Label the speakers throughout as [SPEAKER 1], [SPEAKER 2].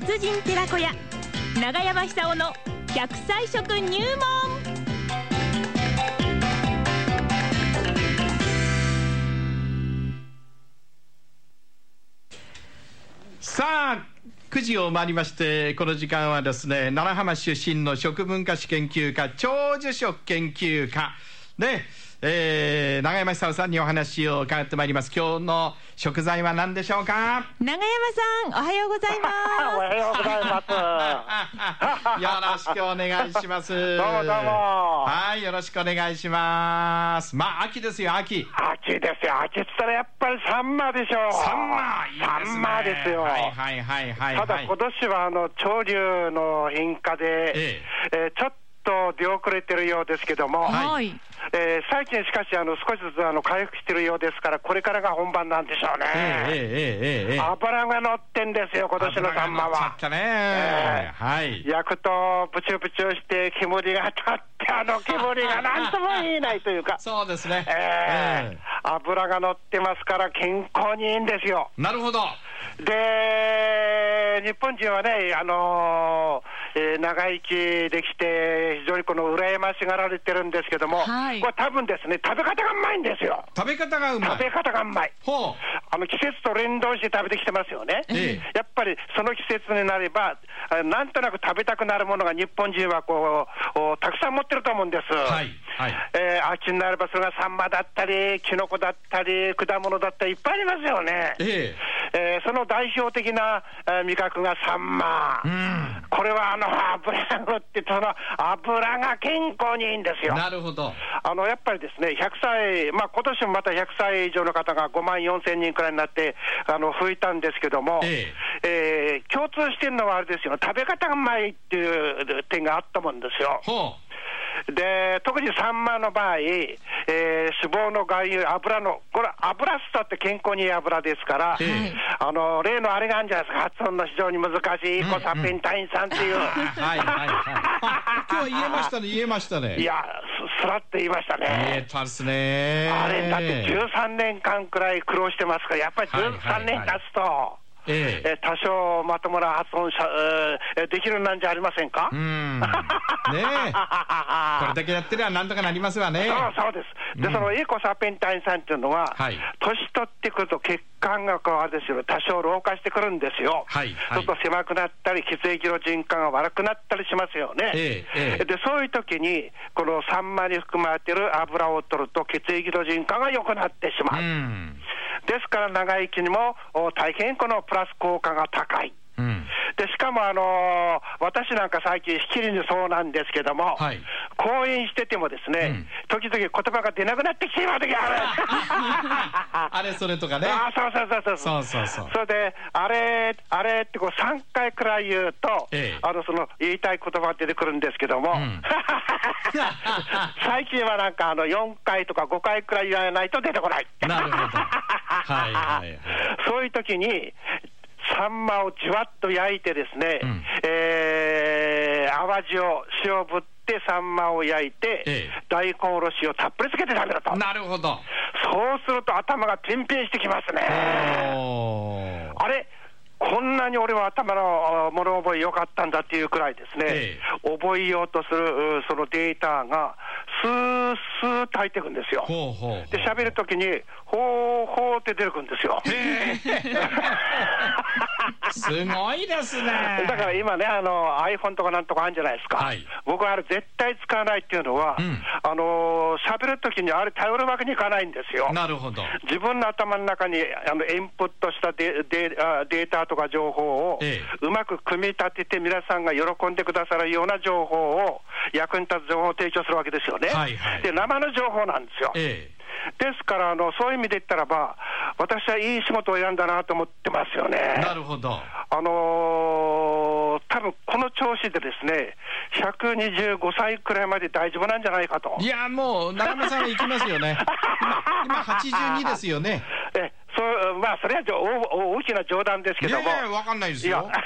[SPEAKER 1] 風神寺子屋長山久夫の百歳食入門
[SPEAKER 2] さあ9時を回りましてこの時間はですね奈良浜出身の食文化史研究家長寿食研究家ねえー、永山久夫さんにお話を伺ってまいります今日の食材は何でしょう か
[SPEAKER 1] 長山さんおはようございま
[SPEAKER 3] おはようございます。
[SPEAKER 2] よろしくお願いします。どう
[SPEAKER 3] どうもどうも
[SPEAKER 2] はい、よろしくお願いします。まあ、秋ですよ、秋。
[SPEAKER 3] 秋ですよ。秋っつったらやっぱりサンマでしょう。
[SPEAKER 2] サンマ、いいですね。
[SPEAKER 3] サンマですよ。
[SPEAKER 2] はい、はい、はい、はい。
[SPEAKER 3] ただ今年はあの潮流の引火で、
[SPEAKER 2] え
[SPEAKER 3] えーちょっと出遅れてるようですけども、
[SPEAKER 1] す
[SPEAKER 2] はい
[SPEAKER 3] えー最近しかしあの少しずつあの回復してるようですから、これからが本番なんでしょうね。
[SPEAKER 2] ええええええええ
[SPEAKER 3] 油が乗ってんですよ、今年のサンマ
[SPEAKER 2] 油が乗っちゃっ。た
[SPEAKER 3] は
[SPEAKER 2] ね、
[SPEAKER 3] ええ
[SPEAKER 2] はい。
[SPEAKER 3] 焼くとプチュプチュして煙が立ってあの煙が何とも言えないというか
[SPEAKER 2] そうですね。
[SPEAKER 3] ええ油が乗ってますから健康にいいんですよ。
[SPEAKER 2] えなるほど。
[SPEAKER 3] で、日本人はね、あのえー長生きできて、非常にこの羨ましがられてるんですけども、
[SPEAKER 1] はい
[SPEAKER 3] これ多分ですね、食べ方がうまいんですよ。
[SPEAKER 2] 食べ方がうま
[SPEAKER 3] 食べ
[SPEAKER 2] い。
[SPEAKER 3] 方がうまい。
[SPEAKER 2] ほ
[SPEAKER 3] あの季節と連動して食べてきてますよね、
[SPEAKER 2] ええ
[SPEAKER 3] やっぱりその季節になれば、あなんとなく食べたくなるものが日本人はこうおたくさん持ってると思うんです、
[SPEAKER 2] はいはい
[SPEAKER 3] えー秋になればそれがサンマだったり、キノコだったり、果物だったり、いっぱいありますよね。
[SPEAKER 2] え
[SPEAKER 3] えーその代表的な、えー味覚がサンマ、
[SPEAKER 2] う。うん。
[SPEAKER 3] これはあの油が乗って、その油が健康にいいんですよ。
[SPEAKER 2] なるほど。
[SPEAKER 3] あのやっぱりですね、100歳、まあ今年もまた100歳以上の方が5万4千人くらいになって、あの増えたんですけども、
[SPEAKER 2] え
[SPEAKER 3] えー共通してるのはあれですよ、食べ方がうまいっていう点があったもんですよ。
[SPEAKER 2] ほ
[SPEAKER 3] で、特にサンマの場合、えー脂肪の含有、油の、これ、油っさって健康にいい油ですから、
[SPEAKER 2] ええ
[SPEAKER 3] あの例のあれがあるんじゃないですか、発音の非常に難しい、イコサペンタイン酸って いう。
[SPEAKER 2] う。あはい、はい、はい。あ今日言えましたね、言えましたね。
[SPEAKER 3] いや、すすらっと言いましたね。
[SPEAKER 2] 言えたっすね。
[SPEAKER 3] あれ、だって13年間くらい苦労してますから、やっぱり13年経つと、
[SPEAKER 2] ええ
[SPEAKER 3] え多少まともな発音しゃ、えーできるようになんじゃありませんか、
[SPEAKER 2] うん。ねえ。これだけやってりゃなんとかなりますわね。
[SPEAKER 3] そうそうです。で、
[SPEAKER 2] うん
[SPEAKER 3] そのエコサペンタイン酸っていうのは、
[SPEAKER 2] はい
[SPEAKER 3] 年取ってくると血管がこうあれですよ、多少老化してくるんですよ。
[SPEAKER 2] はいはい
[SPEAKER 3] ちょっと狭くなったり、血液の循環が悪くなったりしますよね。
[SPEAKER 2] ええええ
[SPEAKER 3] で、そういう時に、このサンマに含まれてる油を取ると血液の循環が良くなってしま
[SPEAKER 2] う
[SPEAKER 3] う。
[SPEAKER 2] ん。
[SPEAKER 3] ですから長生きにもお大変このプラス効果が高い。
[SPEAKER 2] うん。
[SPEAKER 3] でしかも、あのー私なんか最近、しきりにそうなんですけども、
[SPEAKER 2] はい
[SPEAKER 3] 講演しててもですね、時々言葉が出なくなってきている時が ある。
[SPEAKER 2] あれそれとかね。
[SPEAKER 3] あーそうそうそうそう
[SPEAKER 2] そうそうそう
[SPEAKER 3] それで、あれ、あれってこう3回くらい言うと、
[SPEAKER 2] ええ
[SPEAKER 3] あのその言いたい言葉が出てくるんですけども、
[SPEAKER 2] うん
[SPEAKER 3] 最近はなんかあの4回とか5回くらい言わないと出てこない。
[SPEAKER 2] なるほど。はいはいはい。
[SPEAKER 3] そういう時に、サンマをじわっと焼いてですね、
[SPEAKER 2] うん
[SPEAKER 3] えー淡路を塩ぶってサンマを焼いて、
[SPEAKER 2] ええ
[SPEAKER 3] 大根おろしをたっぷりつけて食べると。
[SPEAKER 2] なるほど。
[SPEAKER 3] そうすると頭がてんぺんしてきますね。
[SPEAKER 2] おー
[SPEAKER 3] あれこんなに俺は頭のあ物覚え良かったんだっていうくらいですね
[SPEAKER 2] え、
[SPEAKER 3] 覚えようとするうそのデータが、スースーと入ってくんですよ。
[SPEAKER 2] ほうほうほう。
[SPEAKER 3] で、喋るときに、ほーほーって出てくるんですよ。
[SPEAKER 2] へーすごいですね。
[SPEAKER 3] だから今ね、あの iPhone とかなんとかあるんじゃないですか、
[SPEAKER 2] はい
[SPEAKER 3] 僕はあれ、絶対使わないっていうのは、
[SPEAKER 2] うん
[SPEAKER 3] あのー喋るときにあれ、頼るわけにいかないんですよ。
[SPEAKER 2] なるほど。
[SPEAKER 3] 自分の頭の中にあのインプットしたデデあデータとか情報を
[SPEAKER 2] ええ
[SPEAKER 3] うまく組み立てて、皆さんが喜んでくださるような情報を、役に立つ情報を提供するわけですよね、
[SPEAKER 2] はいはい
[SPEAKER 3] で生の情報なんですよ。
[SPEAKER 2] え
[SPEAKER 3] ですからあの、そういう意味で言ったらば、私はいい仕事を選んだなと思ってますよね。
[SPEAKER 2] え。なるほど。
[SPEAKER 3] あのー、多分この調子でですね、125歳くらいまで大丈夫なんじゃないかと。
[SPEAKER 2] いやもう長間さんは行きますよね。今今82ですよね。
[SPEAKER 3] えそうまあ、それはじょおお大きな冗談ですけ
[SPEAKER 2] い
[SPEAKER 3] ど
[SPEAKER 2] や
[SPEAKER 3] も。
[SPEAKER 2] いやわかんないです
[SPEAKER 3] いや
[SPEAKER 2] よ。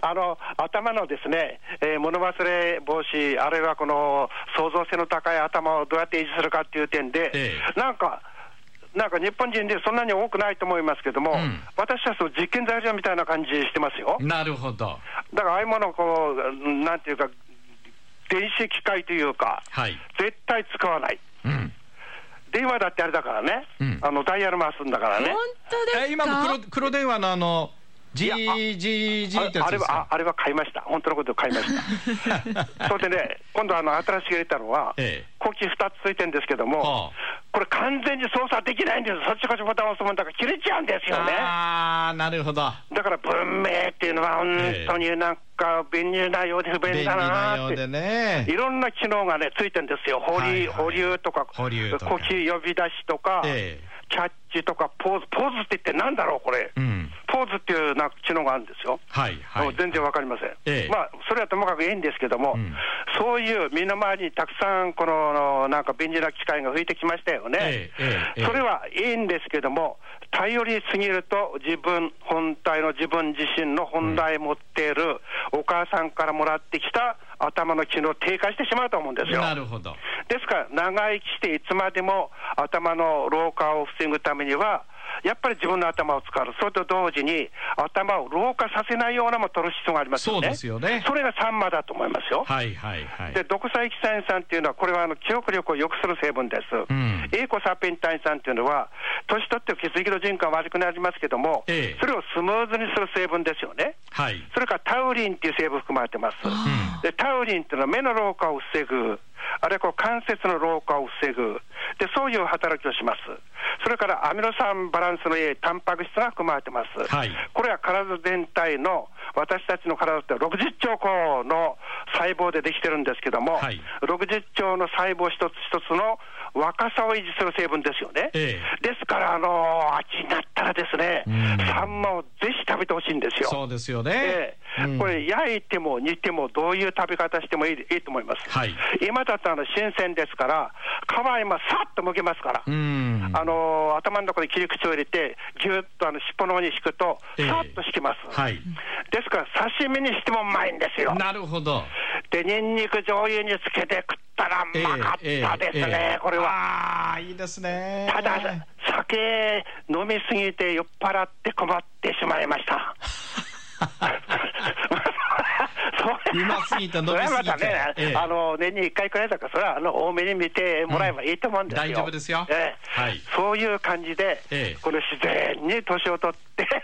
[SPEAKER 3] あの頭のですね、えー物忘れ防止、あるいはこの創造性の高い頭をどうやって維持するかっていう点で、
[SPEAKER 2] え
[SPEAKER 3] なんか、なんか日本人でそんなに多くないと思いますけども、
[SPEAKER 2] うん
[SPEAKER 3] 私はそう実験材料みたいな感じしてますよ。
[SPEAKER 2] なるほど。
[SPEAKER 3] だからああいうものをこう、なんていうか、電子機械というか、
[SPEAKER 2] はい。
[SPEAKER 3] 絶対使わない。
[SPEAKER 2] うん。
[SPEAKER 3] 電話だってあれだからね、
[SPEAKER 2] うん
[SPEAKER 3] あのダイヤル回すんだからね。
[SPEAKER 1] 当ですか
[SPEAKER 2] え今も黒黒電話のあの
[SPEAKER 3] いやあ
[SPEAKER 2] GGG って
[SPEAKER 3] あ
[SPEAKER 2] や
[SPEAKER 3] あ
[SPEAKER 2] つ
[SPEAKER 3] れ
[SPEAKER 2] です
[SPEAKER 3] はあ
[SPEAKER 2] か。
[SPEAKER 3] あれは買いました、本当のこと買いました。 それでね、今度あの、新しく入れたのは、
[SPEAKER 2] ええ
[SPEAKER 3] 後期2つついてるんですけども、
[SPEAKER 2] はあ
[SPEAKER 3] これ、完全に操作できないんです、そっちこっちボタン押すもんだから切れちゃうんですよね。
[SPEAKER 2] ああなるほど。
[SPEAKER 3] だから文明っていうのは、本当になんか便利なようで不
[SPEAKER 2] 便
[SPEAKER 3] 便
[SPEAKER 2] 利
[SPEAKER 3] だ
[SPEAKER 2] な
[SPEAKER 3] な
[SPEAKER 2] よ
[SPEAKER 3] ー
[SPEAKER 2] うで
[SPEAKER 3] って。
[SPEAKER 2] ね
[SPEAKER 3] い。ろんな機能がね、ついてるんですよ、保留,、
[SPEAKER 2] はいはい
[SPEAKER 3] 保留とか、
[SPEAKER 2] 保留とか
[SPEAKER 3] 呼吸呼び出しとか、
[SPEAKER 2] え
[SPEAKER 3] キャッチとか、ポーズ、ポーズって言って、なんだろう、これ、
[SPEAKER 2] うん
[SPEAKER 3] ポーズっていうなんか機能があるんですよ、
[SPEAKER 2] はいは
[SPEAKER 3] も。
[SPEAKER 2] いう
[SPEAKER 3] 全然わかりません、
[SPEAKER 2] ええ
[SPEAKER 3] まあ、それはともかくいいんですけども、
[SPEAKER 2] うん
[SPEAKER 3] そういう身の回りにたくさん、このなんか便利な機械が増えてきましたよね、
[SPEAKER 2] ええええええ
[SPEAKER 3] それはいいんですけども、頼りすぎると、自分本体の自分自身の本来持っている、お母さんからもらってきた頭の機能、低下してしまうと思うんですよ。
[SPEAKER 2] なるほど。
[SPEAKER 3] ですから、長生きしていつまでも頭の老化を防ぐためには、やっぱり自分の頭を使う、それと同時に、頭を老化させないようなものを取る必要がありますよね。
[SPEAKER 2] そうですよね
[SPEAKER 3] それがサンマだと思いますよ。
[SPEAKER 2] はいはいはい
[SPEAKER 3] で。独裁キサイン酸っていうのは、これはあの記憶力を良くする成分です、
[SPEAKER 2] ん
[SPEAKER 3] エーコサーペンタイン酸っていうのは、年取って血液の循環悪くなりますけども、
[SPEAKER 2] ええ
[SPEAKER 3] それをスムーズにする成分ですよね、
[SPEAKER 2] はい。
[SPEAKER 3] それからタウリンっていう成分含まれてます、でタウリンっていうのは目の老化を防ぐ、あるいはこう関節の老化を防ぐで、そういう働きをします、それからアミノ酸バランスのいいタンパク質が含まれてます、
[SPEAKER 2] はい
[SPEAKER 3] これは体全体の、私たちの体って60兆個の細胞でできてるんですけども、
[SPEAKER 2] はい
[SPEAKER 3] 60兆の細胞一つ一つの若さを維持する成分ですよね。
[SPEAKER 2] え
[SPEAKER 3] ですから、あのー秋になったらですね、
[SPEAKER 2] うん
[SPEAKER 3] サンマをぜひ食べてほしいんですよ。
[SPEAKER 2] そうですよね
[SPEAKER 3] え。え
[SPEAKER 2] うん
[SPEAKER 3] これ、焼いても煮ても、どういう食べ方してもいいいいと思います、
[SPEAKER 2] はい
[SPEAKER 3] 今だとあの新鮮ですから、皮、今、さっと剥けますから、
[SPEAKER 2] うん。
[SPEAKER 3] あのー頭のところに切り口を入れて、ぎゅっとあの尻尾の方に敷くと、
[SPEAKER 2] ええ
[SPEAKER 3] さっと敷きます、
[SPEAKER 2] はい。
[SPEAKER 3] ですから、刺身にしてもうまいんですよ。
[SPEAKER 2] なるほど。
[SPEAKER 3] で、ニンニク醤油につけて食ったら、うまかった
[SPEAKER 2] えええ
[SPEAKER 3] ですね、
[SPEAKER 2] ええ
[SPEAKER 3] これは。
[SPEAKER 2] ああいいですね。
[SPEAKER 3] ただ、酒飲みすぎて酔っ払って困ってしまいました。 それ
[SPEAKER 2] うますぎて飲みすぎて
[SPEAKER 3] それはまたね、
[SPEAKER 2] ええ
[SPEAKER 3] あの年に1回くらいだから、それはあの多めに見てもらえばいいと思うんですよ。
[SPEAKER 2] うん大丈夫ですよ
[SPEAKER 3] ええ
[SPEAKER 2] はい
[SPEAKER 3] そういう感じで、
[SPEAKER 2] ええ
[SPEAKER 3] この自然に年を取って、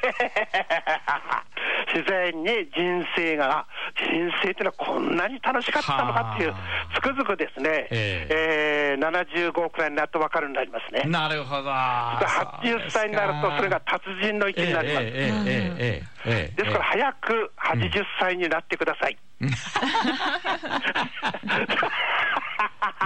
[SPEAKER 3] 自然に人生が、人生ってのはこんなに楽しかったのかっていう
[SPEAKER 2] は、あ
[SPEAKER 3] つくづくですね、
[SPEAKER 2] え
[SPEAKER 3] ええ75くらいになると分かるようになりますね。
[SPEAKER 2] なるほど。
[SPEAKER 3] 80歳になると、それが達人の域
[SPEAKER 2] ええ
[SPEAKER 3] になります。で
[SPEAKER 2] ええええええええ
[SPEAKER 3] すから、早く80歳になってください。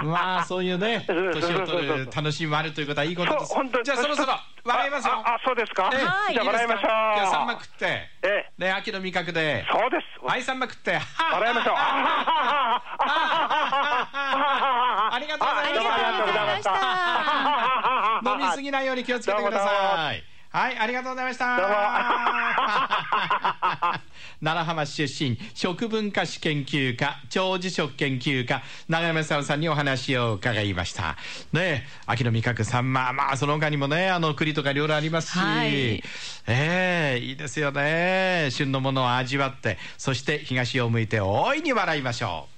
[SPEAKER 2] まあそういう ね
[SPEAKER 3] うん
[SPEAKER 2] 年を取る楽しみもあるということはいいことです
[SPEAKER 3] そう本当に
[SPEAKER 2] じゃあそろそろ笑いますよ
[SPEAKER 3] あああ、そうですか。
[SPEAKER 2] ええ
[SPEAKER 1] はい
[SPEAKER 3] じゃあ、笑いましょう。
[SPEAKER 2] じゃあサンマ食って
[SPEAKER 3] ええ
[SPEAKER 2] ね秋の味覚で
[SPEAKER 3] そうです。
[SPEAKER 2] はいサンマ食って
[SPEAKER 3] 笑いまし ょう。
[SPEAKER 2] ありがとうございました
[SPEAKER 3] どもありがとうございました。
[SPEAKER 2] 飲みすぎないように気をつけてください。はい、ありがとうございました。
[SPEAKER 3] どうも
[SPEAKER 2] 奈良浜市出身、食文化史研究家、長寿食研究家、長山沙織さんにお話を伺いました。ねえ、秋の味覚さんま、まあ、その他にもね、あの、栗とかいろいろありますし、
[SPEAKER 1] はい
[SPEAKER 2] ええいいですよね。旬のものを味わって、そして東を向いて大いに笑いましょう。